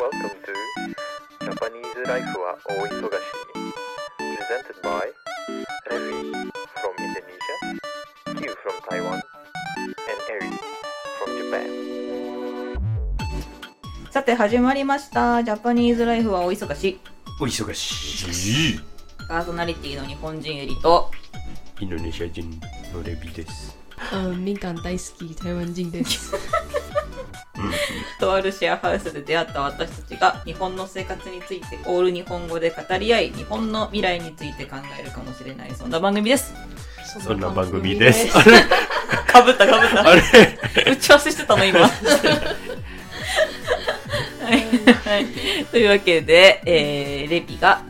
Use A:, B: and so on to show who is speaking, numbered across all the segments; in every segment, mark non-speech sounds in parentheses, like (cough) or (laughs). A: Welcome to Japanese Life は大忙しに Presented by Revi from Indonesia, Q from Taiwan, and Eri from Japan
B: さて始まりました「ジャパニーズライフはお忙しい
C: お忙しい。」
B: パーソナリティの日本人エリと
C: インドネシア人のレビです。
D: うん、民間大好き台湾人です。
B: とあるシェアハウスで出会った私たちが日本の生活についてオール日本語で語り合い日本の未来について考えるかもしれないそんな番組です
C: (laughs) そんな番組です。あれ
B: かぶったかぶっ
C: あれ
B: た (laughs) 打ち合わせしてたの今はいはいというわけで、えーレビが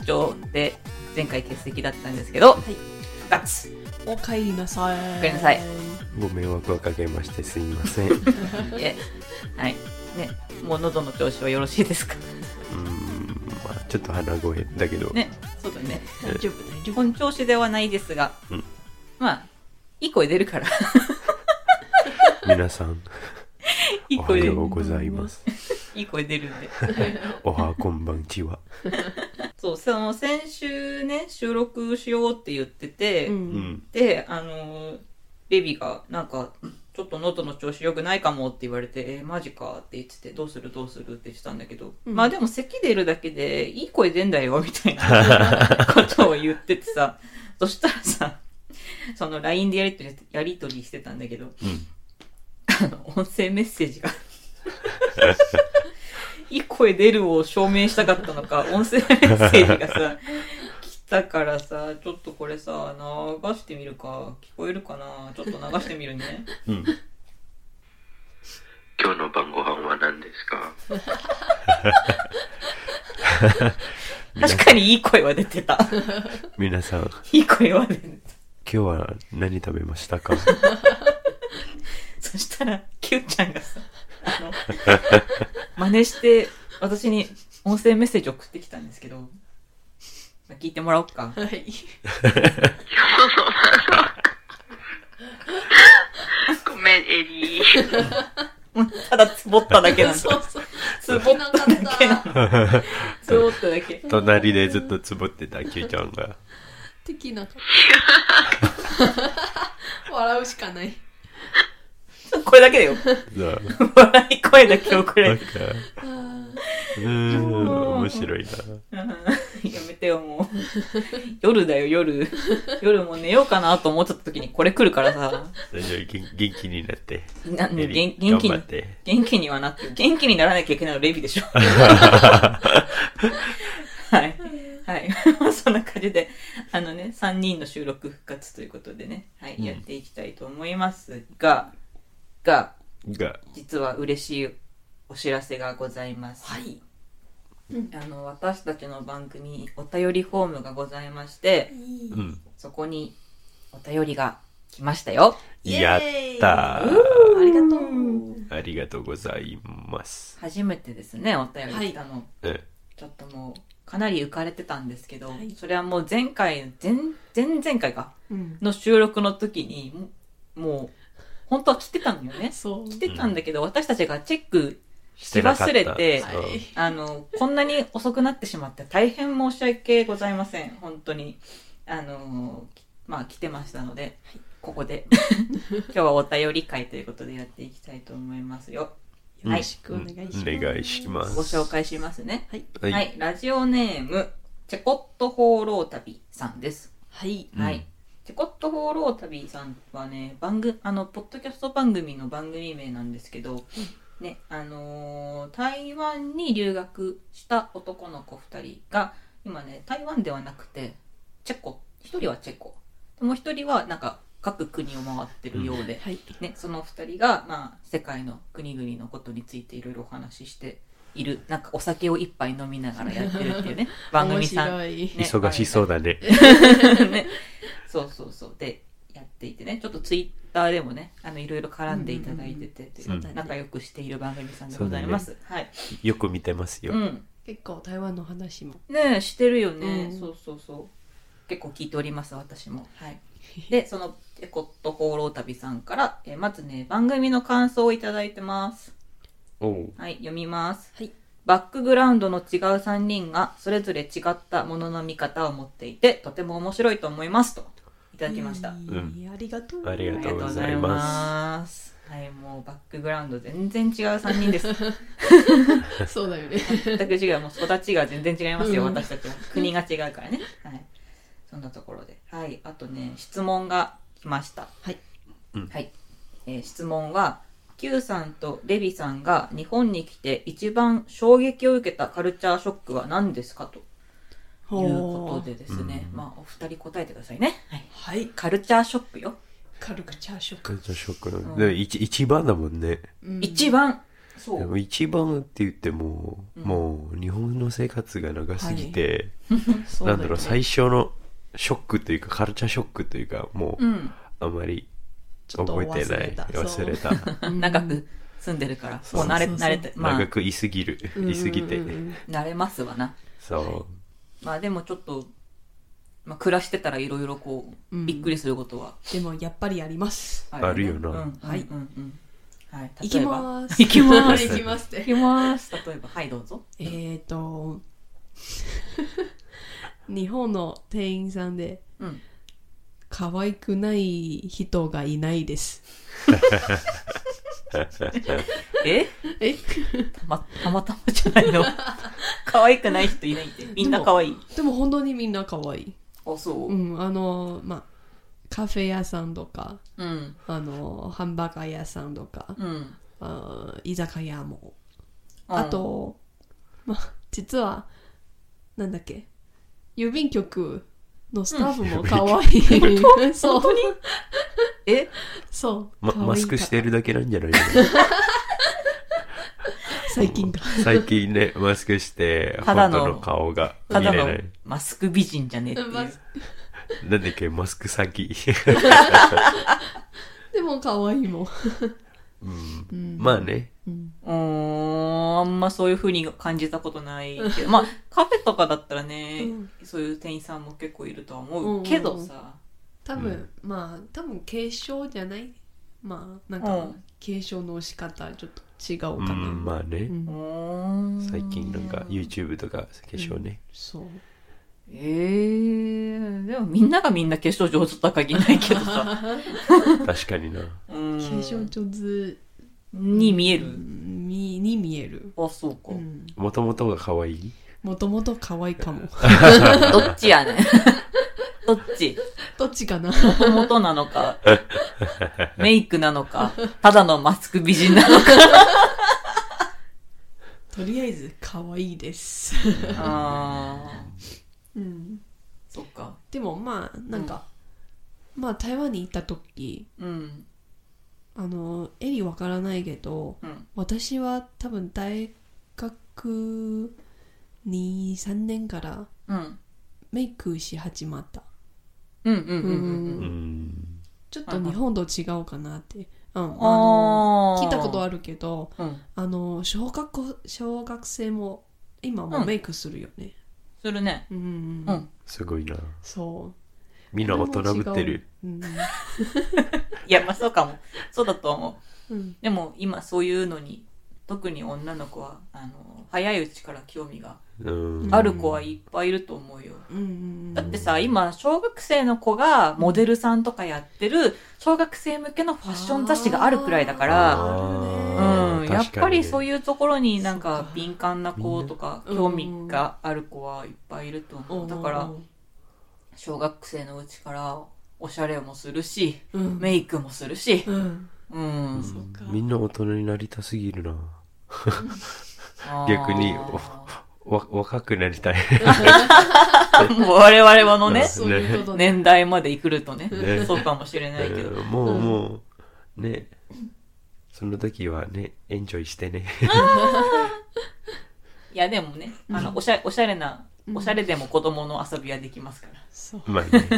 B: 不調で前回欠席だったんですけど、
D: い
B: 復活
D: おかえりなさい。
B: おかえりなさい
C: ご迷惑をかけましてすいません。う
B: いえはいねもう喉の調子はよろしいです
C: (laughs)
B: か
C: ーん、まあちょっと鼻声だけど。
B: ねそうだね
D: 大丈夫大丈夫。
B: 本調子ではないですが、
C: うん
B: まあいい声出るから
C: 皆さん、
B: いい
C: (laughs) おは
B: 声出
C: よ
B: る
C: うございます。
B: いい声出るんで
C: (laughs) おはこんばんちは。
B: そうその先週ね収録しようって言ってて、
D: う。
C: うんん。
B: であのーベビーがなんかちょっと喉の調子良くないかもって言われて、えーマジかって言ってて、どうするどうするってしたんだけど、
D: うん
B: まあでも咳出るだけでいい声出んだよみたい
D: (laughs)
B: なことを言っててさ、そしたらさ、その LINE でやりとりやりとりしてたんだけど、
C: うん
B: あの、 (laughs) 音声メッセージが。いい声出るを証明したかったのか、音声メッセージがさ、来たからさ、ちょっとこれさ、流してみるか、聞こえるかな、ちょっと流してみるね。
C: うん。
E: 今日の晩ご飯は何ですか
B: 確かにいい声は出てた。
C: 皆さん、今
B: いい声は出て
C: 日は何食べましたか
B: た。そしたら、キューちゃんがさ、あの、真似して、私に音声メッセージ送ってきたんですけど、まあ聞いてもらおうか。
D: はい。
E: ごめん、エリー。
B: ただ、つぼっただけなんだ。
D: そうそう。
B: つぼっただけなんだ。つぼっただけ。
C: 隣でずっとつぼってた、キュウちゃんが。
D: 的なかった。笑うしかない。
B: これだけだよ。
C: そう
B: 笑い声だけ送
C: な
B: れ
C: ん。か、うーん、面白いな。
B: (laughs) やめてよ、もう。夜だよ、夜。夜もう寝ようかなと思っちゃった時にこれ来るからさ。
C: 大丈夫、元元気になって。
B: な
C: エ
B: 元
C: リ
B: 元気
C: 頑張
B: に
C: っ。て。
B: 元気にはなって、元気にならなきゃいけないのレビでしょ。
C: (laughs)
B: はい。 (laughs) はい。そんな感じで、あのね、3人の収録復活ということでね、はい、
C: うん
B: やっていきたいと思いますが、が、
C: が、
B: 実は嬉しいお知らせがございます。
D: はい。
B: あの、私たちの番組、お便りフォームがございまして、
C: うん。
B: そこにお便りが来ましたよ。
C: やった
D: ありがとう。
C: ーありがとうございます。
B: 初めてですね、お便り来たの。
C: うん。
B: ちょっともう、かなり浮かれてたんですけど、
D: はい
B: それはもう前回、前、前々回か、
D: うん。
B: の収録の時に、もうもう、本当は来てたのよね。
D: そう。
B: 来てたんだけど、私たちがチェック、
C: してなかった
B: し忘れて
C: そう
D: はい
B: あの、こんなに遅くなってしまって、大変申し訳ございません。本当に。あの、きまあ、来てましたので、ここで、今日はお便り会ということでやっていきたいと思いますよ。
D: よろしくお願いします。
C: お願いします
B: ご紹介しますね。
C: はい。
B: はい、ラジオネーム、チェコット放浪旅さんです。
D: はい。
C: うん
B: はい。チェコット放浪旅さんはね、番組、あの、ポッドキャスト番組の番組名なんですけど、ね、あのー台湾に留学した男の子2人が、今ね、台湾ではなくて、チェコ、1人はチェコ、もう1人はなんか各国を回ってるようで、
D: はい。
B: ね、その2人が、まあ、世界の国々のことについていろいろお話ししているなんかお酒を一杯飲みながらやってる (laughs) っていうね番組さん、ね、
D: 面白い。
B: ね
C: 忙しそうだね。
B: ねそうそうそうでやっていてねちょっとツイッターでもねあのいろいろ絡んでいただいててという
C: うん
D: うんうん
B: 仲良くしている番組さんでございます、はい、
C: よく見てますよ
B: う。ん、
D: 結構台湾の話も。
B: ねえしてるよね、
D: うん
B: そうそうそう結構聞いております私もはいでそのエコット放浪旅さんからえまずね番組の感想をいただいてます
C: おう。
B: はい、読みます。
D: はい
B: バックグラウンドの違う3人がそれぞれ違ったものの見方を持っていてとても面白いと思いますといただきました。
C: ん
D: ありがとう。
C: ありが
B: ありがと
C: とう
B: う
C: ご
B: ご
C: ざ
B: ざ
C: い
B: い
C: ま
B: ます。はい、もうバックグラウンド全然違う3人です。
D: そうだよね。
B: 全く違う、もう育ちが全然違いますよ、
D: うん
B: 私たちは。国が違うからね。はい。そんなところで。はい、あとね、質問が来ました。
D: (laughs) はい。
C: うん
B: はい。えー質問は、Q さんとレビさんが日本に来て一番衝撃を受けたカルチャーショックは何ですかということでですね、
C: うん
B: まあ、お二人答えてくださいね。はい。
D: はい。
B: カルチャーショックよ。
D: カルカチャーショッ
C: カ
D: ク。
C: ルチャーショック
B: う
C: の。
B: ん
C: でも一一番だもんね。
D: うん
B: 一。番、そ
C: でも
B: う。
C: 一番って言っても、
B: うん
C: もう日本の生活が長すぎて、
D: そ
C: なんだろう、最初のショックというか、カルチャーショックというか、も
B: う
C: う、
B: ん。
C: あんまり
D: ちょっと
C: 覚えてない。
D: 忘
C: 忘
D: れ
C: れた。
D: (laughs)
B: 長く住んでるから、
D: そ
B: も
D: う
B: う慣れ、
D: そうそう
B: 慣れて、まあ
C: 長、くいすぎる。いすぎて。
B: 慣れますわな。
C: そ
B: まあでもちょっと、まあ、暮らしてたらいろいろこう、
D: うん
B: びっくりすることは
D: でもやっぱりあります。
B: あ
C: あるよな
B: うんうん
D: はい
B: うんうんはい、
D: 行
B: 例
D: き
B: えば
D: まーす。
B: 行きます
D: 行きますって
B: 行。きます例えばはいどうぞ
D: えっと、 (laughs) 日本の店員さんで
B: うん
D: 可愛くない人がいないです。
B: え
D: え
B: たまたまたまじゃないの可愛くない人いないってみんな可愛い
D: でも本当にみんな可愛い。、
B: あそううん
D: あの、まあ、カフェ屋さんとか、
B: うん
D: あの、ハンバーガー屋さんとか、
B: うん
D: あー居酒屋も。あと、まあ、実は、なんだっけ、郵便局のスタッフも可愛い。そう、
B: え
D: そう。
C: う。ま
D: 可愛い
C: マスクしてるだけなんじゃないの
D: 最近が。
C: 最近ね、マスクして、
B: ただ
C: 本
B: の
C: 当の顔が見
B: た
C: れ
B: だの
C: ない。
B: マスク美人じゃねえっていう
D: マス
C: なんだっけ、マスク詐欺。 (laughs)
D: でも可愛いもん。
C: うん
D: うん
C: まあね。
D: うん
B: うーんあんまそういう風に感じたことないけ
D: (laughs)
B: どまあカフェとかだったらね、
D: うん
B: そういう店員さんも結構いるとは思うけどさ、
D: 多分、まあ、多分継承じゃないまあ、なんか、
B: うん
D: 継承の仕方ちょっと違うか
C: う
D: な。
C: ん、まあ
D: う
C: ね。
D: ん
B: 最
C: 最近なんか YouTube とか化粧ね。
D: そう。
B: えー、でもみんながみんな化粧上手とは限らないけどさ
D: (laughs)
C: 確かにな。
B: 化
D: 化粧上手
B: に見え
D: う
B: る
D: んみに見える。
B: あそうか、
D: うん
C: もともとが可愛い。
D: もともと可愛いかも。 (laughs)
B: どっちやねんどっち
D: どっちかな
B: もともとなのかメイクなのかただのマスク美人な
D: (laughs)
B: のか
D: とりあえず可愛いです。
B: あー
D: うん
B: そっか
D: でもまあ、なんか、まあ台湾に行った時、
B: うん
D: あの、エリわからないけど、
B: うん
D: 私は多分大学2、3年から
B: うん
D: メイクし始まった。
B: うんうんうん
C: う
B: うん
C: ん。
D: ちょっと日本と違うかなって。うん、あの、
B: あ
D: 聞いたこと
B: あ
D: あるけど、
B: る、うん、
D: あの小学校小学生も今も
B: うん
D: うメイクするよね。
B: するね
D: うん。
B: うん
C: すごいな。
D: そう。
C: みんな大人ぶってる。
D: うん。
B: いやまあそうかもそうだと思う
D: うん。
B: でも今そういうのに特に女の子はあの早いうちから興味が
C: うん。
B: ある子はいっぱいいると思うよ。
D: うんうん
B: だってさ今小学生の子がモデルさんとかやってる小学生向けのファッション雑誌があるくらいだから。う
C: あ
B: ん、
C: ー
B: やっぱりそういうところになん
D: そう
B: か
D: か
B: 敏感な子とか
D: うん
B: 興味がある子はいっぱいいると思うだから小学生のうちからおしゃれもするし
D: うん
B: メイクもするし
D: うん。
B: うん
D: そうか。
C: みんな大人になりたすぎるな。
B: (laughs)
C: 逆に
B: あ
C: わ若くなりたい。
B: ーもう我々はのね
D: そういうことね。
B: 年代まで来るとね
C: ね
B: そうかもしれないけど
C: うん (laughs) も
D: う
C: うんもう、ね。その時はね、エンジョイしてね。
B: いやでもねあのおしゃおしゃれなおしゃれでも子供の遊びはできますから
D: そう。
C: まあね。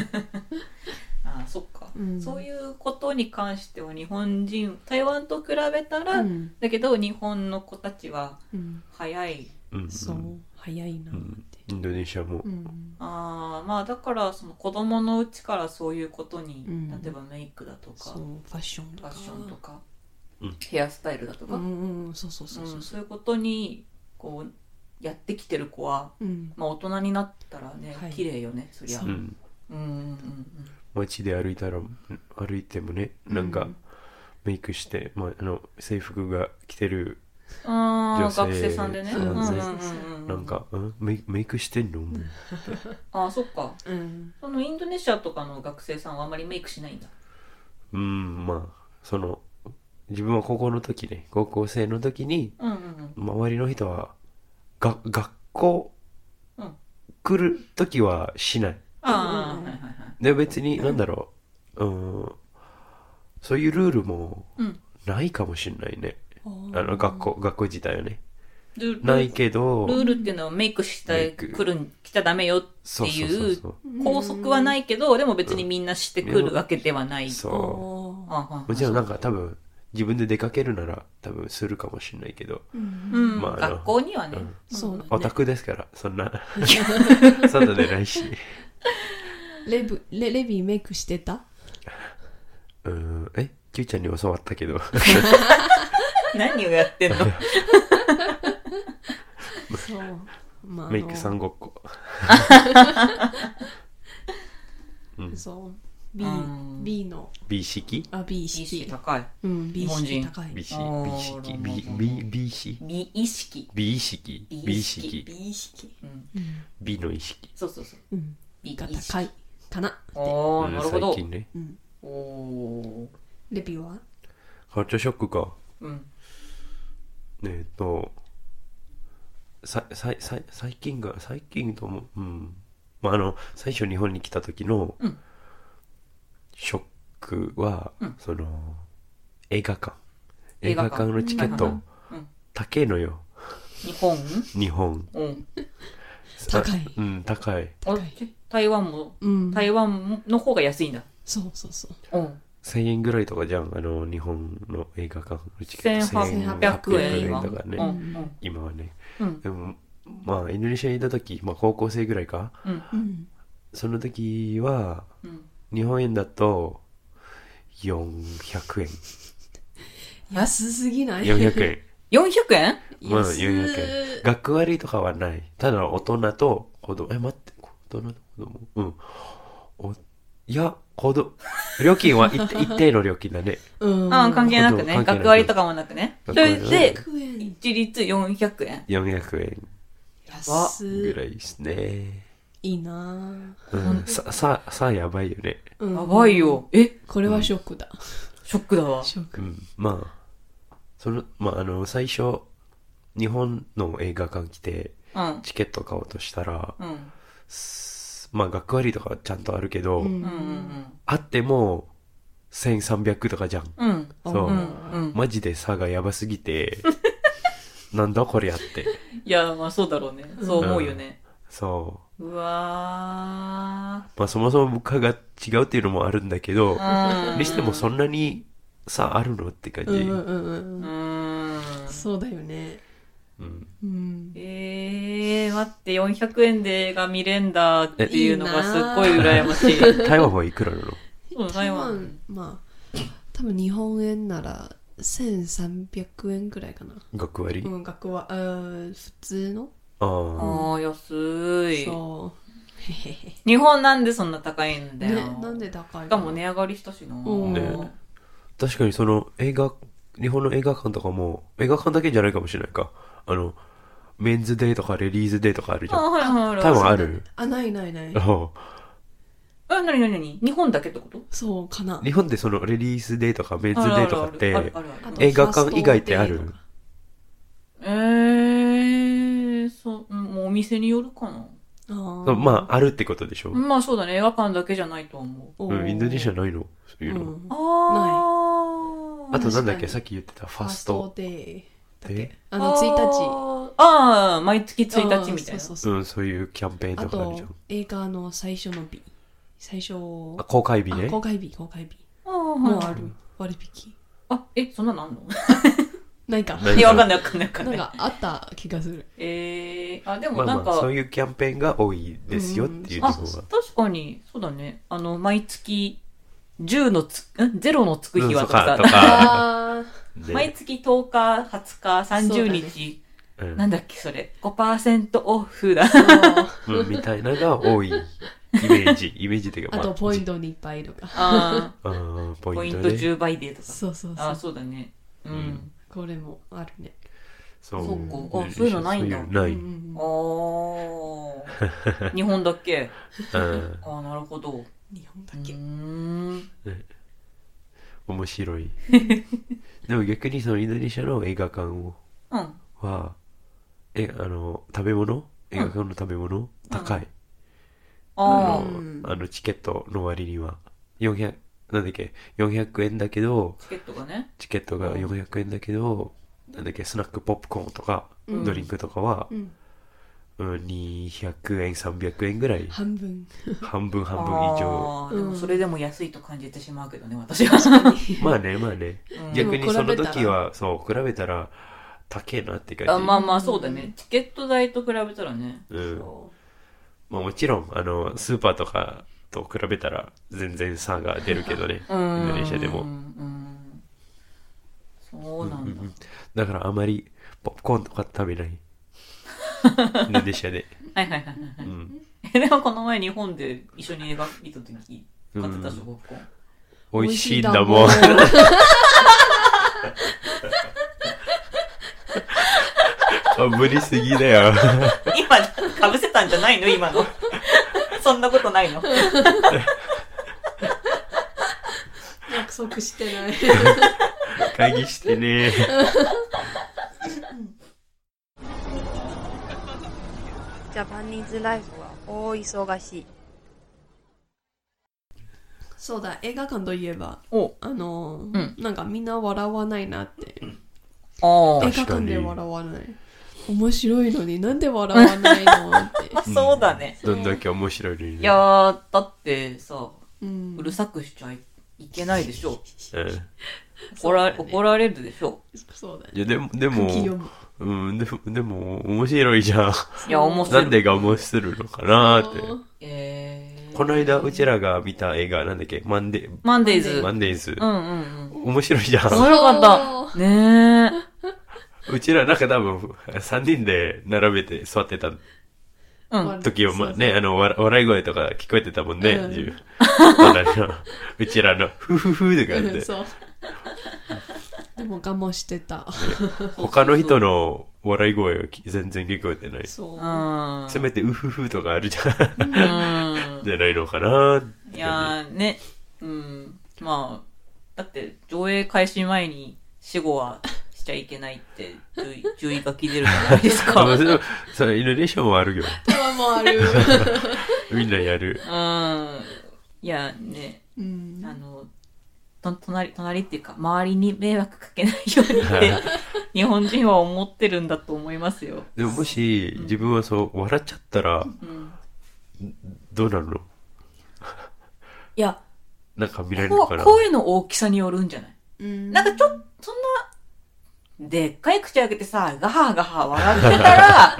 B: あーそっか、
D: うん
B: そういうことに関しては日本人台湾と比べたら、
D: うん
B: だけど日本の子たちは
D: うん。
B: 早い
C: うん。
D: そう。早いなって。
C: インドネシアも
D: う。ん。
B: あーまあだからその子供のうちからそういうことに、
D: うん
B: 例えばメイクだとか
D: そうファッション
B: フ
D: と
B: ァ
D: か。
B: ッションとかヘアスタイルだとか、
D: う
B: うん
D: んうんそうそうそうそうそ
B: そういうことにこうやってきてる子は、
D: ううん
B: まあ、大人になったらね、
D: はい
B: 綺麗よねそりゃ
D: そう
B: うん
C: ん
B: うんうんうん
C: 街で歩いたら歩いてもねなん
D: う
C: か
D: ん
C: メイクして、まあ、あの制服が着てる
B: あ
C: 女
B: あ
C: 性
B: 学生さんでね
C: そう
B: うんうん
D: そう
B: うんうん
C: なんか、うん、メイメイクしてんのみたいな
B: ああそっか
D: うん
B: そのインドネシアとかの学生さんはあまりメイクしないんだ
C: うんまあその自分は高校の時ね高校生の時に
B: うんうんうん
C: 周りの人はが学校
B: うん
C: 来る時はしない
B: ああ、
D: うん
B: はいはいはい
C: で別になんだろう、うん、そういうルールも
B: うん
C: ないかもしれないね、
D: あ
C: あの学校学校自体はね
B: ルル
C: ないけど
B: ルールっていうのはメイクして
C: メイク
B: くるん来ちゃダメよ
C: そうそうそうそう
B: 拘束はないけどでも別にみんなしてくるわけではない、
C: そ
B: ああああ
C: うもちろんなんか多分自分で出かけるなら多分するかもしれないけど
D: うん
B: うん、
C: まああの
B: 学校にはね、
C: うん
D: そうだね
C: オタクですからそんなそんなでないし
D: レブレレビーメイクしてた
C: うんえキューちゃんに教わったけど
B: (laughs) 何をやってんの
D: そうまああの
C: メイクさんごっこ
D: そう B
B: うん
D: B の
C: B 式
D: あ B
B: 意識
D: 式
B: 高い
D: うん、美意識
B: 日本人
D: 高い。
C: B 式
B: あー
C: B
B: な
C: 式 B
B: るほど
C: B B 式
B: 美意識
C: B 式 B 式
B: 美意識、うん、
D: うん、
C: B の意識
B: そうそうそう
D: うん、
B: 美意
D: が
B: 識
D: 高いかな。
B: おお
C: うん
B: なるほど
C: 最近ね
D: うん、
B: おお
D: レビューは
C: カルチャーショックか
B: ーうん
C: えっとさささ最近が最近ともうんまああの最初日本に来た時の
B: うん
C: ショックは、
B: うん
C: その映画館
B: 映
C: 映
B: 画
C: 画
B: 館
C: 館のチケッ
B: うん
C: ト
B: うん
C: 高えのよ
B: 日本
C: 日本
B: うん
D: 高い
C: あうん高い
B: あ台湾も
D: うん、
B: 台湾の方が安いんだ
D: そうそうそう。
B: うん
C: 1000円ぐらいとかじゃんあの日本の映画館のチケット
B: 1800
D: 1800
B: 円
D: 今
B: は
C: とか
B: う
C: ね、
B: んうん
C: 今はね
B: うん
C: でもまあインドネシアにいた時、まあ、高校生ぐらいか
B: うん
D: うん、
C: その時は
B: うん
C: 日本円だと400円
D: 安すぎない
C: 400円
B: 400円
C: まあ400円学割とかはないただ大人と子供え待って大人と子供うんおいや子供料金は一一定の料金だね
D: うん、
B: ああ、関係なくね。
C: 関係なく
B: 学割とかもなくね。そ
C: 学割
B: れ
C: はなく
B: で、
D: 100円。
B: 一律400円。
C: 400円ぐ
D: 安
C: らいですね
D: いいな
C: うんさささあやばいよね
D: ぁ、うん
B: やばい。よ。え、
D: これはショックだ。
B: ショックだわ。
D: ショック。
C: うん、まあそのまああの最初日本の映画館来て
B: うん。
C: チケット買おうとしたら
B: うん。
C: すまあ学割とかちゃんとあるけど、
D: う
B: うんうん
D: ん。
C: あっても1300とかじゃん
B: うん。うん。
C: そう、
B: うん。うん。
C: マジで差がやばすぎて (laughs) なんだこれやって
B: いや、まあそうだろうね。そう思うよね。
C: そう
B: わ
C: うまあそもそも物価が違うっていうのもあるんだけど
B: ー。うん。
C: にしてもそ
B: ん
C: んなに差あるのって感じ、
D: うんうんうん
B: う
D: うん。
B: ーん。
D: そうだよね。
C: うん
D: うん。
B: えー、待って、400円で映画見れんだっていうのがすっごい羨ましい。
C: 台湾はいくらなの
B: そう台
D: 台
B: 湾
D: 湾。、まあ、多分日本円なら1300円くらいかな。
C: 学割、
D: うん、学は、あー普通の
C: ああ
B: ああ、安い。
D: そう。へへへ
B: 日本なんでそんな高いんだよ。
D: ね、なんで高いの
B: しかも値上がりしたしな。
D: うん
C: ね確かにその映画日本の映画館とかも映画館だけじゃないかもしれないかあのメンズデーとかレディーズデーとかあるじ
B: あ、
C: ゃん
B: はいはいはい。
C: 多分ある
D: あ、ないないない。
C: あ
B: え、なになになに日本だけってこと
D: そうかな。
C: 日本でそのレディースデーとかメンズデ
B: あ
C: ー
B: る
C: とかって
B: あるあるあるあるある
C: 映画館以外ってある
D: ファーストデーとか
B: えー、そ、うんもうお店によるかな。
D: あ
C: そう
D: ー
C: まああるってことでしょ、う
B: まあそうだね、映画館だけじゃないと思う。
C: ん
D: おー
C: インドネシアないのそういう
D: う
C: の、
D: ん
B: あー。
C: あとなんだっ
D: 確か
C: け
D: に
C: さっき言ってたフ
D: ファ
C: ァ
D: ー
C: ー
D: ス
C: ス
D: ト
C: ト
D: デーだっ
C: デー
D: けあの、1日。
B: 日。あー、毎月1日みたい
D: あー
B: な。
D: そうそう
C: う
D: そう。
C: んそういうキャンペーン
D: あ
C: とかあるじ
D: と
C: ゃん、
D: 映画の最初の日。最初。
C: あ公開日
D: あ
C: ね
D: 公開日、公開日。
B: あー
D: もう
B: はい
D: ある。割引。
B: あ、え、そんなのあんの
D: ないか。
C: ない
B: いや、わかんないわかんないわかん
D: なん
B: ない。
D: かあった気がする。
B: えー、あ、で
C: ま
B: も
C: あ
B: なん
C: まあ
B: か
C: そう、いうキャンペーンが多いですよっていうと
B: あ、
C: ころは、
B: 確かに、そうだね。あの、毎月、10のつ、ん ?0 のつく
C: うん
B: 日は
C: と
B: とか、
C: かとか
D: あ
C: で
B: 毎月10日、20日、30日、
C: う
B: なん
C: ん
B: だっけそれ、5%オフだ。
C: うんみたいなのが多いイメージイメージっていうか
D: あとポイン
C: ト
D: トにいっぱいとか。
B: あー
C: ポ
B: ポイ
C: イ
B: ン
C: ン
B: ト
C: トで
B: 10倍でとか。
D: そうそうそ
B: あー
D: う。
B: そうだね。う
C: うん
B: ん。
D: これもあるね。
C: そう
B: そうかあそういうのないんだ
C: そううのな
D: う
C: い
D: んうん
B: お
D: (laughs)
B: ー。日本だっけ
C: うん
B: ああ、なるほど。
D: 日本だ
B: う
D: け
B: ー。ん。
C: 面白いでも逆にそのインドネシアの映画館を
B: うん。
C: はえあの食べ物映画館の食べ物、高い、
B: あ
D: う
B: あ、
D: ん
C: あのチケットの割には400なんだっけ400円だけど
B: チケットがね。
C: チケットが400円だけど、なんだっけスナックポップコーンとか、
D: うん
C: ドリンクとかは
D: う、ん。
C: うん、200円300円ぐらい
D: 半
C: (laughs)
D: 分。
C: 半分半分以上
B: ああ、で
D: う
B: も
D: ん
B: それでも安いと感じてしまうけどね、私は。
C: まあねまあね、
B: うん
C: 逆にその時
D: でも比べた
C: はそう比べたら高えなって感じ
B: あまあまあ、そうだね。チケット代と比べたらね。
C: うん
D: そ
C: まあ、もちろんあのスーパーとかと比べたら全然差が出るけどねイ
B: うーん
C: ンドネシアで
B: う
C: も
B: んそうな
C: うん
B: だ。
C: んだからあまりポップコーンとか食べないインドネシアで、
B: はいはいはいは
C: う
B: い。
C: ん、
B: えでもこの前日本で一緒に映画見た時買ってたでしょ、ポップコーン。
C: 美
D: う
C: 味しいんだもん
D: 美味しいんだもん
C: ぶりすぎだよ (laughs)
B: (laughs) 今、かぶせたんじゃないの今の。 (laughs) そんなことないの。
D: 約束してない。
C: 会議してね
F: ジャパニーズライフは大忙しい。
D: そうだ、映画館といえば、
B: お
D: あの
B: うん
D: ー、なんかみんな笑わないなって。
B: あ
D: 映
B: (laughs) あ。
D: 画
C: 確か
D: 館
C: に
D: で笑わない。面白いのになんで笑わないの
C: (laughs)
D: って。
B: そうだね。
C: どんだけ面白いのにね
B: いやー、だってさ、
D: うん
B: うるさくしちゃいけないでしょ。
C: うん
B: 怒ら怒られるでしょ。
D: そうだね。
C: いやでもで
D: 空気読
C: も、
D: む。
C: うん、でもでも面白いじゃん (laughs)
B: いや、面白い。
C: なんで我慢するのかなーって
B: えー、
C: この間うちらが見た映画なんだっけマンデ
B: マンデーズ。
C: マ
B: うん
C: ンデーズ
B: うんうん。
C: 面白いじゃん
B: 面白かった。ねえ。
C: うちらなんか多分、3人で並べて座ってた
B: うん。
C: 時は、まあ
D: そうそう
C: ね、あの、わ笑い声とか聞こえてたもんね。
D: うん
C: 自分 (laughs) 隣のうちらの、ふふふって感じ
D: うん
C: で、
D: そう。でも我慢してた。
C: 他の人の笑い声はき全然聞こえてない。
D: そうう。
B: ん。
C: せめて、うふふとかあるじゃん。
B: うん。
C: じゃないのかなって
B: いやー、ね。うん。まあ、だって、上映開始前に死後はしちゃいけないって、注意 (laughs) 注意書き出るじゃないです
C: あまあ
B: か。
C: それそれインドネシアもあるよ。
D: ドラもある。
C: (laughs) みんなやる。
B: うん。いや、ね。
D: うん
B: あの、と隣、隣っていうか、周りに迷惑かけないように (laughs) って、日本人は思ってるんだと思いますよ。
C: でももし、自分はそう、笑っちゃったら、
B: うん。
C: どうなるの
B: いや、
C: なんか見られるの
B: こ
C: かな
B: 声の大きさによるんじゃない
D: うん
B: なんかちょっと、そんな、でっかい口開けてさ、ガハガハ笑ってた
C: (laughs)
B: ら、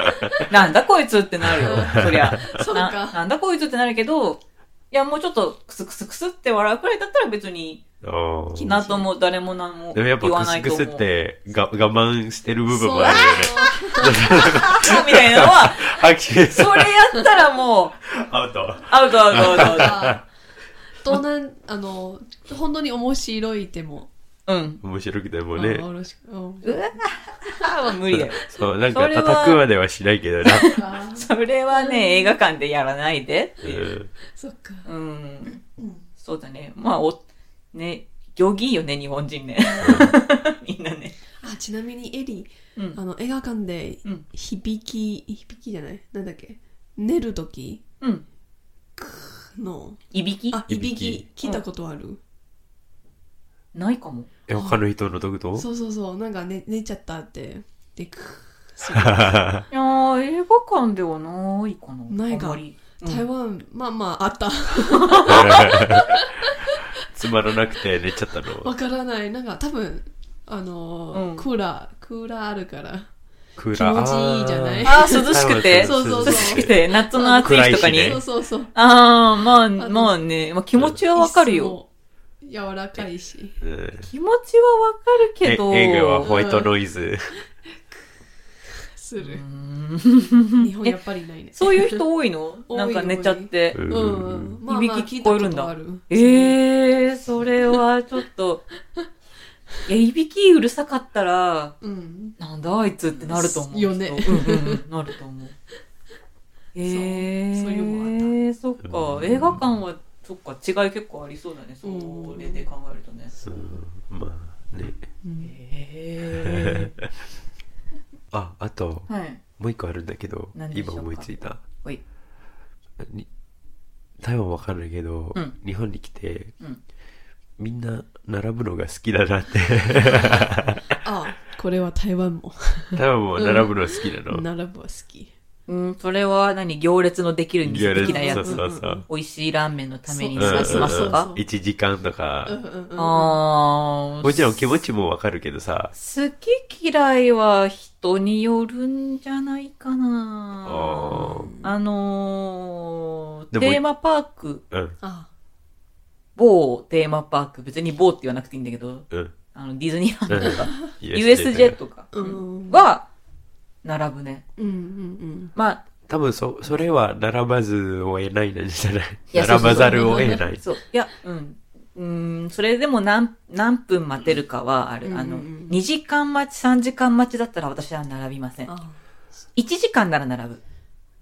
B: なんだこいつってなるよ、そりゃ。
D: そう
B: な
D: か。
B: なんだこいつってなるけど、いや、もうちょっと、クスクスクスって笑うくらいだったら別に、
C: あー
B: なとも誰も何も
C: でもやっぱ
B: 言わ
C: ク
B: な
C: ス
B: いと
C: ク
B: 思う。
C: スってが我慢してる部分もあるよね。
D: そ
B: あみたいなの
C: (laughs)
B: は、
C: 拍手
B: それやったらもう、
C: アウト。
B: アウトアウトアウ
D: う
B: トアウ (laughs)
D: か。どんな、あの、本当に面白いでも。
C: (laughs)
B: ト。うん。
C: 面白くても
D: あ
C: ね。
D: よろしく。うん
B: ああ、無理だよ。
C: そう、なんか
B: それは
C: 叩くまではしないけどな。
D: あ
B: それはね、映画館でやらないでって
C: う
B: いう。
C: ん
D: そっか。
B: うん。そうだね。まあ、お、ね、行儀いいよね、日本人ね。 (laughs) みんなね。
D: あ、ちなみにエリ、
B: うん
D: あの、映画館で
B: うん、
D: 響き、響きじゃないなんだっけ寝るとき
B: うん。
D: の、
B: いびき
D: あ、
C: い
D: い
C: び
D: び
C: き
D: き、聞いたことある
B: ないかも。
C: え、他の人のどこと
D: そうそうそう、なんか寝寝ちゃったって。で、クーそう
B: いやー、映画館ではないかな。
D: ない
B: あ
D: か
B: んまり。うん
D: 台湾、まあまあ、あっ
C: (laughs)
D: た。(laughs)
C: つまらなくて寝ちゃったの
D: わ。からない。なんか多分、あのー
B: うん
D: クーラー、クーラーあるから。
C: ク
D: 気持ちいいじゃない
B: あー、涼しくて。
D: そうそうそ
B: 涼
D: う
B: しくて、夏の暑い日とかに。
C: 暗いしね
D: そうそうそう。
B: ああ、まあ、まあね、まあ気持ちはわかるよ。
D: いっ柔らかいし。
C: うん
B: 気持ちはわかるけ
C: え
B: ど。
C: 映画はホワイトノイズ。
D: す
B: う
D: る。
B: ーん
D: 日本やっぱりないね。
B: そういう人多いの
D: 多い
B: なんか寝ちゃって。
C: う
D: うんん。まあまあ
B: いびき聞こえるんだ
D: 聞いたことある
B: ええー、それはちょっ
D: (laughs)
B: と。いや、いびきうるさかったら、
D: うん。
B: なんだあいつってなると思う。
D: よね
B: きっとうんうんうん、なると
D: (laughs)
B: 思う。ええー、
D: そういう
B: そっか、
C: うん
B: 映画館は、そっか、違い結構ありそうだね、そ
D: うん
B: れで考えるとね。
C: うんまあね。
D: うん
B: ええ
C: (laughs) あ、あと、
B: ー。 (laughs) はい。
C: もう一個あるんだけど
B: 何、でしょう
C: 今
B: か
C: 思いついた。
B: おい。
C: に台湾わかんないけど、
B: うん
C: 日本に来て、
B: うん
C: みんな並ぶのが好きだ
B: (laughs)
C: なって。
D: あ、これは台湾も。
C: 台湾も並ぶの好きなの。
D: 並ぶは好き。
B: うん、それは何行列のできる店的なや
C: そう
B: つ。
C: そうそう。
B: 美味しいラーメンのために
C: う
D: うんん
C: うんうん
B: 探しますとか、
D: そう
C: 1時間とか、
D: うんうんうん。
B: ああ。
C: もちろん気持ちもわかるけどさ、
B: 好き嫌いは人によるんじゃないかな。
C: あー
B: あのー
C: でも
B: テーマパーク、
C: うん、
D: あ、
B: 某テーマパーク、別に某って言わなくていいんだけど、
C: うん。
B: あのディズニーランドとか、(laughs)
C: ェ
B: USJ とか
D: うん。
B: は並ぶね。
D: うんうんうん。
B: まあ、
C: 多分そ、それは並ばずを得ないなんじゃない
B: いやそうそ
C: 並
B: うそう
C: ばざるを得ない。
B: そう、いや、うん。うん、それでも何、何分待てるかはある。
D: うん
B: あの、
D: うんうん
B: 2時間待ち、3時間待ちだったら私は並びません。
D: あ、
B: 1時間なら並ぶ。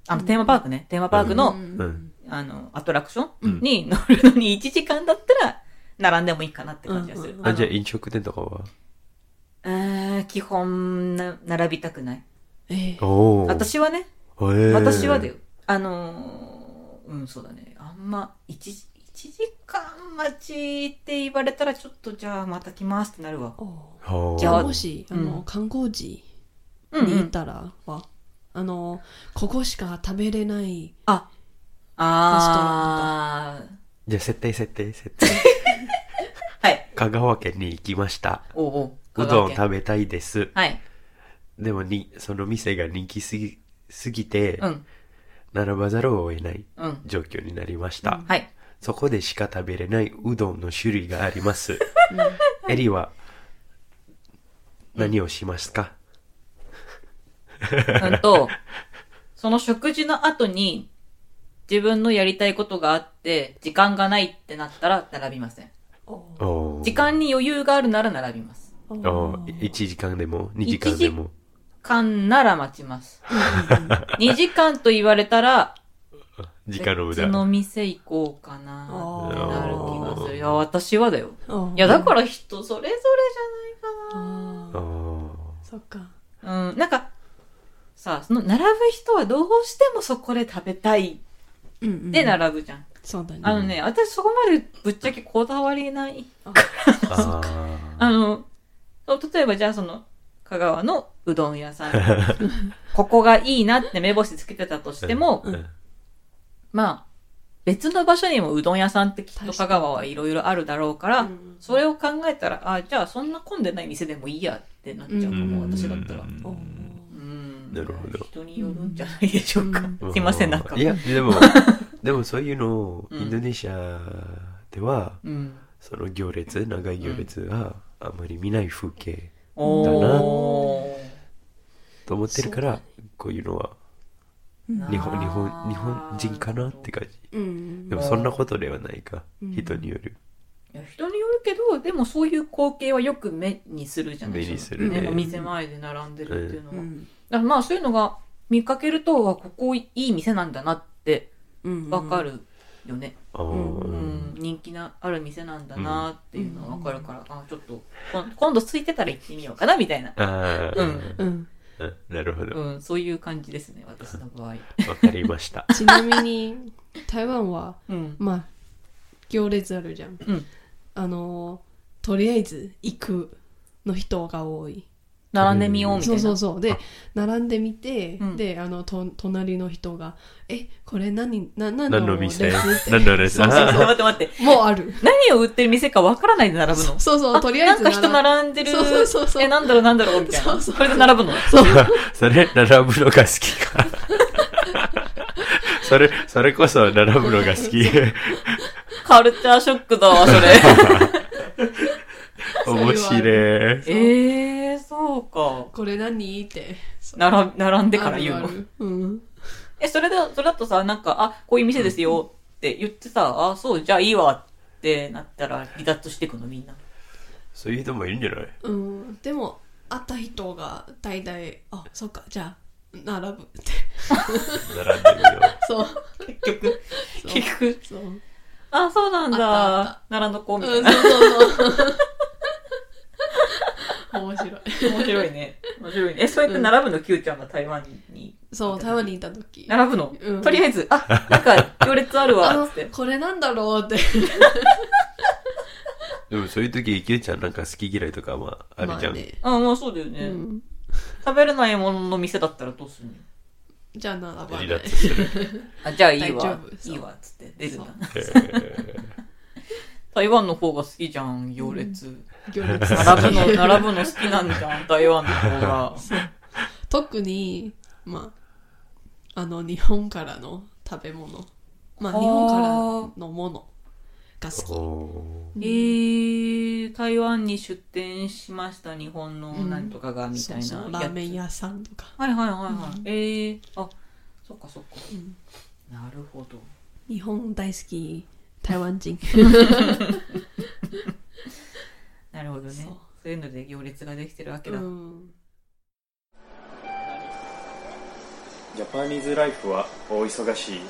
B: あの、テーマパークね。テーマパークの、
C: うん。
B: あの、アトラクショ
C: う
B: ン
C: ん
B: に乗るのに1時間だったら、並んでもいいかなって感じがする
D: うんうん。うん
C: あ、じゃあ飲食店とかは
B: あー基本な、並びたくない。
D: ええ。
C: おお。
B: 私はね、
C: えー
B: 私はだよ。あのーうん、そうだね。あんま、1、一時間待ちって言われたら、ちょっとじゃあまた来ますってなるわ。
D: お
C: おー
B: じゃあ
D: もし、あ
B: うん
D: の、観光地
B: うん、
D: に行ったらは、あの、ここしか食べれない、
B: あ
C: じゃあ設定設定設定。
B: ー。はい。
C: 香川県に行きました。
B: おうおう。
C: う
B: 香川
C: どん
B: 県
C: 食べたいです。
B: はい。
C: でもに、その店が人気すぎ、すぎて、
B: うん。
C: 並ばざるを得ない
B: うん。
C: 状況になりました。
B: はい。
C: そこでしか食べれないうどんの種類があり
B: (laughs)
C: ます。エリは、何をしますか、
B: うんと、その食事の後に、自分のやりたいことがあって、時間がないってなったら並びません。
C: おー
B: 時間に余裕があるなら並びます。
D: お
C: おー1時間でも2時間でも。
B: 間なら待ちます。2時間と言われたら、
C: 時間の無駄。
B: 別の店行こうかなってなる気がする。いや、私はだよ。
D: おー
B: いや、だから人それぞれじゃないかな。
D: あ
C: おー
D: ーそっか。
B: うん、なんか、さあ、その、並ぶ人はどうしてもそこで食べたい
D: うんうん
B: で並ぶじゃん。
D: そうだね。
B: あのね、私そこまでぶっちゃけこだわりない。 (laughs)
C: あー
B: あの、例えばじゃあその、香川のうどん屋
C: (laughs)
B: さん、ここがいいなって目星つけてたとしても、
C: うん
B: まあ、別の場所にもうどん屋さんってきっと香川はいろいろあるだろうから、
D: うん
B: それを考えたら、あじゃあそんな混んでない店でもいいやってなっちゃうかも、
C: うん
B: 私だったら。
D: おー
B: うん
C: なるほど
B: 人によるんじゃないでしょうか。
C: う
B: すいません、なんか。
C: いや、で
B: (laughs)
C: も、でもそういうのを、
B: うん
C: インドネシアでは、
B: うん。
C: その行列、長い行列があまり見ない風景
B: お
C: と思ってるから、こういうのは
D: うん
C: 日本、日本、日本人かなって感じ。
D: うん
C: でもそんなことではないか。
D: うん
C: 人による。
B: いや人によるけど、でもそういう光景はよく目にするじゃない
C: 目にする
D: ね
B: ね。お店前で並んでるっていうのは。
D: う
B: だか
D: ん
B: らまあそういうのが見かけると、あここいい店なんだなって
D: うん
B: わかるよね。
C: あー
B: う、
D: うん
C: うん
B: 人気のある店なんだなっていうのはわかるから、あちょっとこん今度空いてたら行ってみようかなみたいな。
C: あー
B: うん
D: うん
C: うんなるほど。
B: う
C: わ
B: ん、そういう感じですね、私の場合。
C: かりま
B: (laughs)
C: した。
D: ちなみに、 (laughs) 台湾は、
B: うん。
D: まあ、行列あるじゃん。
B: うん
D: あの、とりあえず行くの人が多い。
B: 並んでみようみたい
D: そ
B: な。
D: うそうそう。で、並んでみて、
B: うん
D: で、あの、と隣の人が、え、これ何、な何
C: 何
D: の
C: の
D: レ
C: 店
D: ス
C: 何のレス
B: (laughs) そうそうそう
C: あ
B: 待って待って。
D: もうある。
B: 何を売ってる店かわからないで並ぶの。
D: そうそう、とりあえず
B: なんか人並んでる。
D: そうそうそうそう
B: え、なんだろうなんだろうみたいな。
D: そうそうそう
B: これで並ぶの。
C: ー (laughs) それ、並ぶのが好きか。それ、それこそ並ぶのが好き。
B: カルチャーショックだわ、それ。
C: (laughs)
D: それは
C: 面白い。
D: そう
B: (laughs) えー、そうか。
D: これ何って。そう
B: なら、並んでから言う
D: ある
B: の
D: あ。るうん。
B: え、それで、それだとさ、なんか、あ、こういう店ですよって言ってさ、あ、そう、じゃあいいわってなったら離脱していくの、みんな。
C: そういう人もいるんじゃない
D: うん。でも、会った人が大体、あ、そうか、じゃあ、並
B: (laughs)
D: ぶって。
C: 並んでるよ。
D: そう。
B: 結局、
D: そ
B: (laughs)
D: う
B: 結局、
D: そう。うん、
B: あ、そうなん
D: あったあ
B: だ。並んどこう、みた
D: そ
B: いうな。
D: そうそう。面白い。
B: 面白いね。面白いね。え、そうやって並ぶの、キューちゃんが台湾に。
D: そう、台湾にいた時。
B: 並ぶの、
D: うん
B: とりあえず、あ、なんか、行列ある
D: あ
B: わ、
D: の
B: つって、。
D: これなんだろうって。
C: でもそういう時、イケちゃんなんか好き嫌いとかまあ、あるじゃん。
D: まあね
B: (laughs) あ、まあそうだよね。
D: うん。
B: 食べれないものの店だったらどうするの
D: じゃあ並ば
C: 離
D: ない
C: 脱。する。
B: あ、じゃあいい
D: 大
B: わ
D: 丈夫。そう
B: いいわ、つって出るんだ
D: そう。
C: へー
B: 台湾の方が好きじゃん、行列。
D: 行列
B: 並ぶ
D: (laughs)
B: の、 (laughs) 並ぶの好きなんじゃん、台湾の方が。
D: 特に、まあ、あの、日本からの食べ物。まあ、
B: あー
D: 日本からのものが好
C: お
B: えー、台湾に出店しました、日本の
D: うん
B: なんとかが、
D: き。
B: み
D: そ
B: たいうな
D: そうラ
B: やつ
D: ーメン屋さんとか。
B: はいはいはいはい。えー、あ、そっかそっか。
D: うん
B: なるほど。
D: 日本大好き台湾人。
B: なるほどね。
D: そう
B: そういうので行列ができてるわけ
D: う
B: だ。
D: ん。
A: ジャパニーズライフは大忙しい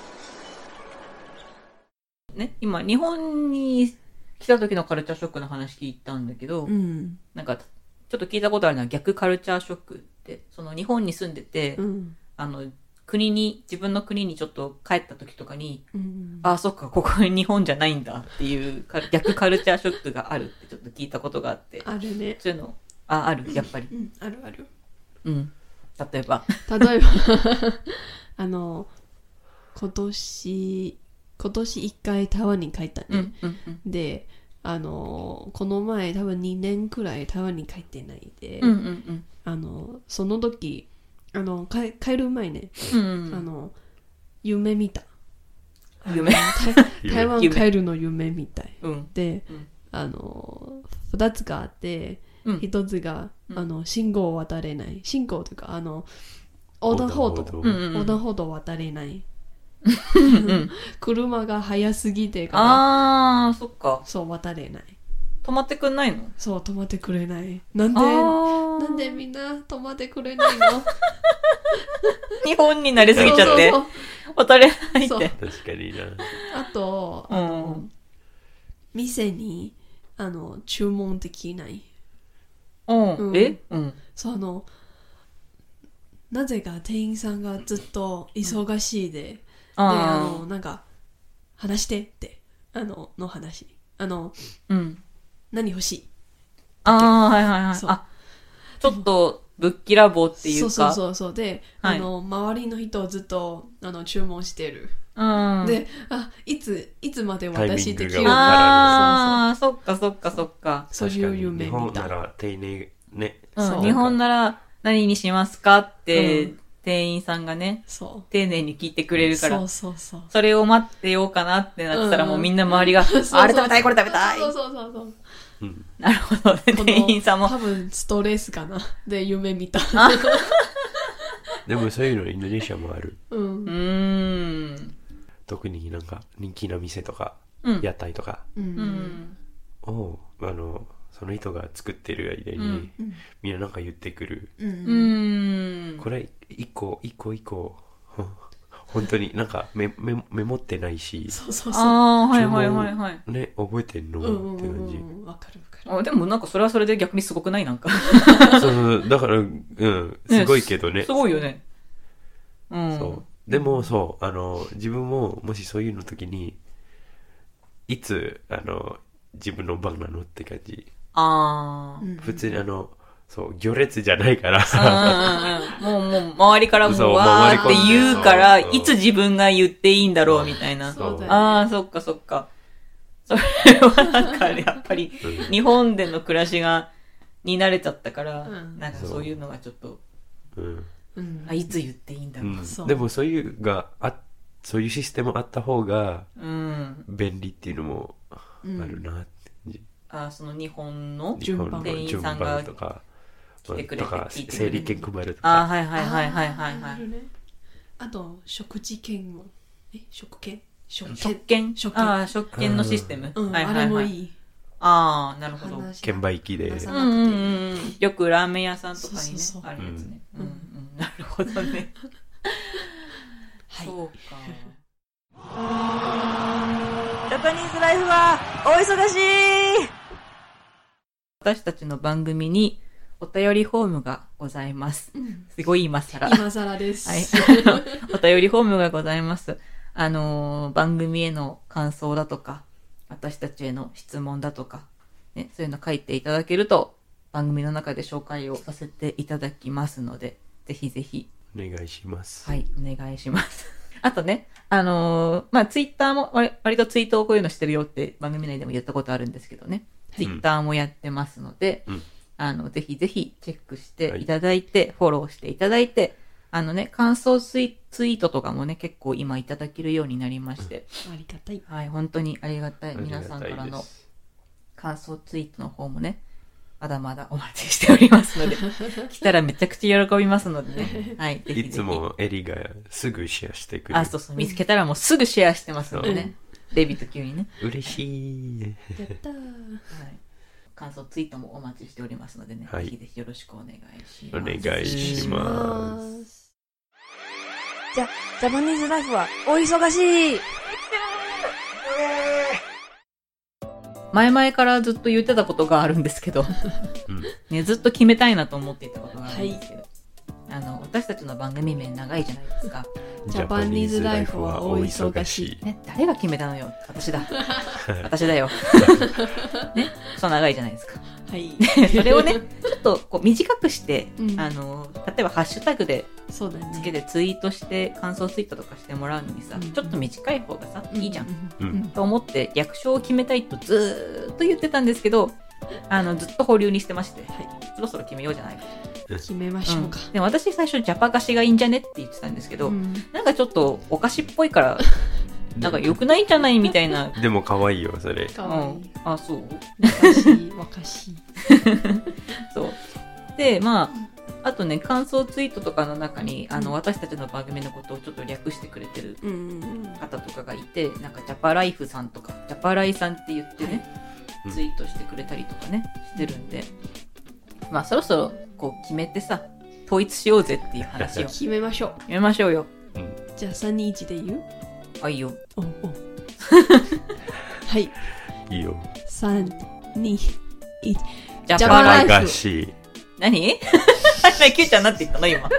B: ね、今、日本に来た時のカルチャーショックの話聞いたんだけど、
D: うん。
B: なんか、ちょっと聞いたことあるのは逆カルチャーショックって、その日本に住んでて、
D: うん。
B: あの、国に、自分の国にちょっと帰った時とかに、
D: うん。
B: ああ、そっか、ここ日本じゃないんだっていうか逆カルチャーショックがあるってちょっと聞いたことがあって、
D: あるね。
B: そういうの、あ、ある、やっぱり
D: う。ん、あるある。
B: うん。例えば。
D: 例えば (laughs) あの今年今年一回台湾に帰ったね、
B: うん、うん、うん。
D: であのこの前多分2年くらい台湾に帰ってないで、
B: うん、うん、
D: あのその時あの帰帰る前ね、
B: うん。
D: あの夢
B: (laughs)
D: 見た
B: 夢。
C: ー
D: 台湾
B: 夢
D: 帰るの夢みたい
B: うん。
D: で、
B: うん
D: あの2つがあって
B: うん。
D: 1つが、
B: うん
D: あの信号を渡れない信号というかあの横断歩道
C: 横
B: う
C: 断
B: ん。
D: 横断歩道渡れない
B: うん。
D: (laughs) 車が速すぎてから
B: ああ、そっか。
D: そう渡れない
B: 止まってくんないの
D: そう止まってくれないなんで
B: あー
D: なんでみんな止まってくれな
B: (laughs)
D: いの
B: 日本になりすぎちゃって
D: そう、
B: 渡れないっ
D: そう
B: て。
C: 確かにな。
D: あとあの、
B: うん
D: 店にあの注文できない
B: うん。えうん。
D: そのなぜか店員さんがずっと忙しいで、であの
B: あ
D: なんか話してってあのの話あの
B: あ。うん。
D: 何欲しい
B: ああ、はいはいはい。
D: そう
B: あ、ちょっと、ぶっきらぼうっていうか。
D: そうそうそうそうで、
B: はい
D: あの周りの人をずっとあの注文してる、
B: うん。
D: であいついつまで
C: タイミ
D: 私
C: ン
D: で
C: グ
D: き
C: が
D: る
C: わからない
B: ああ、そっかそっかそっか。
D: そう
C: 確か
D: いう
C: に
D: 夢
C: 日
D: 見
C: 本な
D: た
C: ら丁寧ね。
B: うん
D: そう
B: 日本なら何にしますかって、
D: うん
B: 店員さんがね、
D: そ
B: 丁寧に聞いてくれ
D: う
B: るから。
D: そ
B: そう
D: そうそう
B: れを待ってようかなってなってたら、
D: うん
B: もうみんな周りが、
D: そうそう
B: あれ食べ
D: (laughs)
B: たい、これ食べたい。
D: そうそうそうそう
C: うん。
B: なるほどね。
D: この
B: 店員さんも。
D: 多分ストレスかなで夢見た
C: でもそういうのインドネシアもある。
D: う
B: うんーん。
C: 特になんか人気の店とか、
B: うん。
C: 屋台とか
D: う
B: うんん。
C: を、あの、その人が作ってる間に、みんななんか言ってくる。
D: う
B: うんん。
C: これ、一個、一個、一個、 (laughs) ほん本当になんかメメメモってないし、
D: そうそうそう
B: ああ、はいはいはいはい。
C: ね、覚えてんの
D: うんうん
C: って
D: う
C: 感じ。
D: んうんわかるわかる
B: あでもなんかそれはそれで逆にすごくないなんか。
C: そうそう、だから、うん、 (laughs) すごいけどね。
B: すごいよね。うん。
C: そう。でも、そう、あの、自分も、もしそういうの時に、いつ、あの、自分の番なのって感じ。
B: あ
D: うん
C: 普通に、あの、そう、行列じゃないからさ、
B: あ。うんうんうんうん。もう、もう、周りからも
C: そう
B: う、わーって
D: 回り込んで
B: 言うから、
C: そうそう
B: いつ自分が言っていいんだろう、みたいな。
D: そうだよね
B: ああ、そっかそっか。それはなんか、やっぱり、
C: うん
B: 日本での暮らしが、に慣れちゃったから、
D: うん
B: なんかそういうのがちょっと、
C: (laughs) うん
D: うん
B: あ、いつ言っていいんだ
C: う
B: ろう。
C: ん
D: そう
C: でも、そういうがあ、そういうシステムあった方が
B: うん。
C: 便利っていうのも
D: う
C: あ
D: ん
C: るなって感じ。
B: あその日本の
D: 順番
C: 日本の順番とか、
B: 来てくれて
C: とか、
B: 聞いてくれて
C: 整理券配ると
B: あー
C: か、
B: はいはいはいはいはい
D: あー
B: は
D: なる
B: い
D: ほどねあと食事券もえ食券食
B: 食
D: 券
B: 券
D: 食券
B: ああ食券のシステム、
D: うん、
B: はいはいはい
D: あれもいい
B: ああなるほど
D: 話
C: 券売機で、
D: 話さ
B: う
D: なんく
B: う
D: て
B: んうんうんよくラーメン屋さんとかにね
D: そうそうそう
B: あるやつね、
D: う
B: うんんうん、なるほど (laughs) ね、
D: はい
B: そうか
F: ジャパニーズライフは大忙しい
B: 私たちの番組にお便りフォームがございます
D: うん
B: すごい今更
D: 今更です、
B: はい。
D: (laughs)
B: お便りフォームがございます。あのー番組への感想だとか、私たちへの質問だとか、ね、そういうの書いていただけると、番組の中で紹介をさせていただきますので、ぜひぜひ、
C: お願いします。
B: はい、お願いします。 (laughs) あとね、あのーまあ、ツイッターも割、割とツイートをこういうのしてるよって番組内でも言ったことあるんですけどね、ツイッターもやってますので、
C: うん
B: あの、ぜひぜひチェックしていただいて、フォローしていただいて、あのね、感想ツイツイートとかもね、結構今いただけるようになりまして、
D: ありがたい
B: はい、本当にありがたい。
C: あり
B: 皆
C: がたいです
B: さんからの感想ツイートの方もね、まだまだお待ちしております
C: (laughs)
B: ので、来たらめちゃくちゃ喜びますのでね、はい、ぜひぜひ。
C: いつもエリがすぐシェアしてくる。
B: あ、そうそう、見つけたらもうすぐシェアしてますのでね。デビット級にね、
C: 嬉しい。
D: やったー
B: はい。感想ツイートもお待ちしておりますのでね、
C: はい
B: ぜひぜひよろしくお願いし
C: お
B: ます。
C: 願いします。
D: す
F: ジャパニーズライフは大忙しい
B: 前々からずっと言ってたことがあるんですけど、
C: うん
B: ね、ずっと決めたいなと思っていたことがある
D: は
B: ん
D: い
B: ですけど、あの私たちの番組名長いじゃないですか、
D: ジャパニーズライフは大忙し
B: ね、誰が決めたのよ私
C: (laughs)
B: だ私だよ、ね、そう長いじゃないですか (laughs)
D: はい
B: それをねちょっとこう短くして、
D: うん
B: あの例えばハッシュタグで
D: そうだね
B: つけてツイートして感想ツイートとかしてもらうのにさ、
D: うん
B: ちょっと短い方がさ、いいじゃん
D: う
C: うん
D: ん
B: と思って略称を決めたいとずーっと言ってたんですけどあのずっと保留にしてまして、そろそろ決めようじゃないか
D: 決めましょうか
B: うんでも私最初ジャパ菓子がいいんじゃねって言ってたんですけど、
D: うん
B: なんかちょっとお菓子っぽい
D: (laughs)
B: からなんか良くないんじゃないみたいな、
C: でも可愛いよ、それ。
B: う
D: かわい
B: ん
D: い、
B: あそう
D: 若しい若しい
B: そうでまああとね感想ツイートとかの中にあの私たちの番組のことをちょっと略してくれてる
D: うん
B: 方とかがいてなんかジャパライフさんとかジャパライさんって言ってね、
C: うん
B: ツイートしてくれたりとかねしてるんでまあそろそろこう決めてさ統一しようぜっていう (laughs) 話を決
D: 決めましょう
B: めましょうよ
D: じゃあ3 2 1で言う
B: あいいよ
D: おんおん (laughs) はい
C: いいよ。
D: 321
B: ジャ
D: ジ
B: パ
D: ャパ
B: ライ
D: ラ
B: フ
C: が
D: イフ
C: しい。
B: 何 (laughs) キューちゃんなんて言ったの今ジ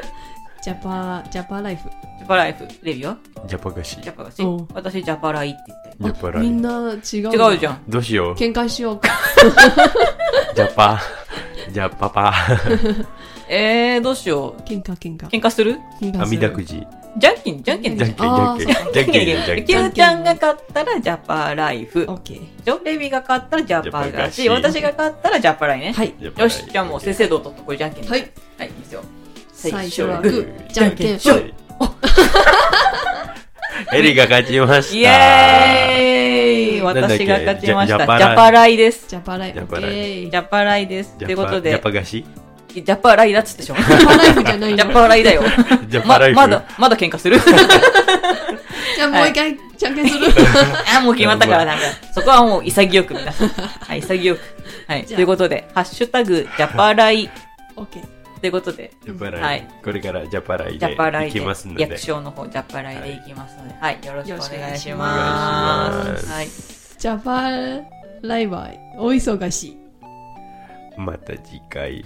D: ジャパジャパライフ
B: ャパライフレビューは
C: ジャパがしい。
B: ジ
C: ジ
B: ャパがし
D: うん
B: 私ジャパライって言ったよ
C: ャパラ
D: み
C: イフ。
D: んな違う
B: 違うじ
D: ん
B: ゃん
C: どうしよう。
D: 喧嘩しようか
C: ジャパ。ジャパパ。
B: えー、どうしよう
D: 喧嘩喧嘩
B: 喧嘩する
D: 喧嘩する
C: あみだくじ。
B: じゃんけんじゃんけんで
C: じゃ
B: し
C: ん
B: ょ
C: けん、じゃんけん。じゃんけん、じゃん
B: キ
C: けん。
B: ューちゃんが勝ったらジャパライフ
D: オッケー
B: でしょレビが勝ったらジャパがし
C: ジャパがし
B: 私が勝ったらジャパライね、
D: はい
B: よしじゃあもう正
C: 生。
B: 々堂々とこれじゃんけん
D: はい
B: はいいいですよ
D: 最初
B: は
D: は
B: グ
D: グ
B: ー
D: ー
B: じ
D: じ
B: ゃ
D: ゃ
B: ん
D: ん
B: け
D: け
B: ん
D: ん
B: し
D: し
B: ょ
D: ょ
B: い
D: い
C: エリが勝ちました。
B: イエーイ私が勝ちました
C: な
B: ジ
C: んだっけジャ
B: ャパライです
D: ジャパライ
C: ジャ
D: フオ
C: パ
D: ッケ
C: ライフ
B: ジ
D: ー
B: ャパライです
C: ジ
B: という
C: ャパ
B: こと
C: ジャ
B: で
C: パがし
B: ジャパライだっつってしょジ
D: ジャパライフじゃないの
B: ャパライだよ
C: ジャパ
B: ま
C: ライフ。
B: まだまだ喧嘩
C: (laughs)
B: する
D: じゃあもう一回じゃんけんする
B: あもう決まったからダメだそこはもう潔く皆さんはい潔くはい
D: じ
B: と
D: ゃあ
B: いうことで「ハッシュタグジャパライ
D: オッケー」
B: ということで
C: ジャパ
B: は
C: ライ
B: い。
C: これからジャパライ
B: ジ
C: で
B: ャパラ
C: 行
B: イ
C: き
B: で
C: ますので。
B: 役所の方ジャパライでいきますのではいよろしくお願いし
C: よ
B: ま
C: ろしくお願いしますす
B: はい
D: ジャパライはお忙しい
C: また次回。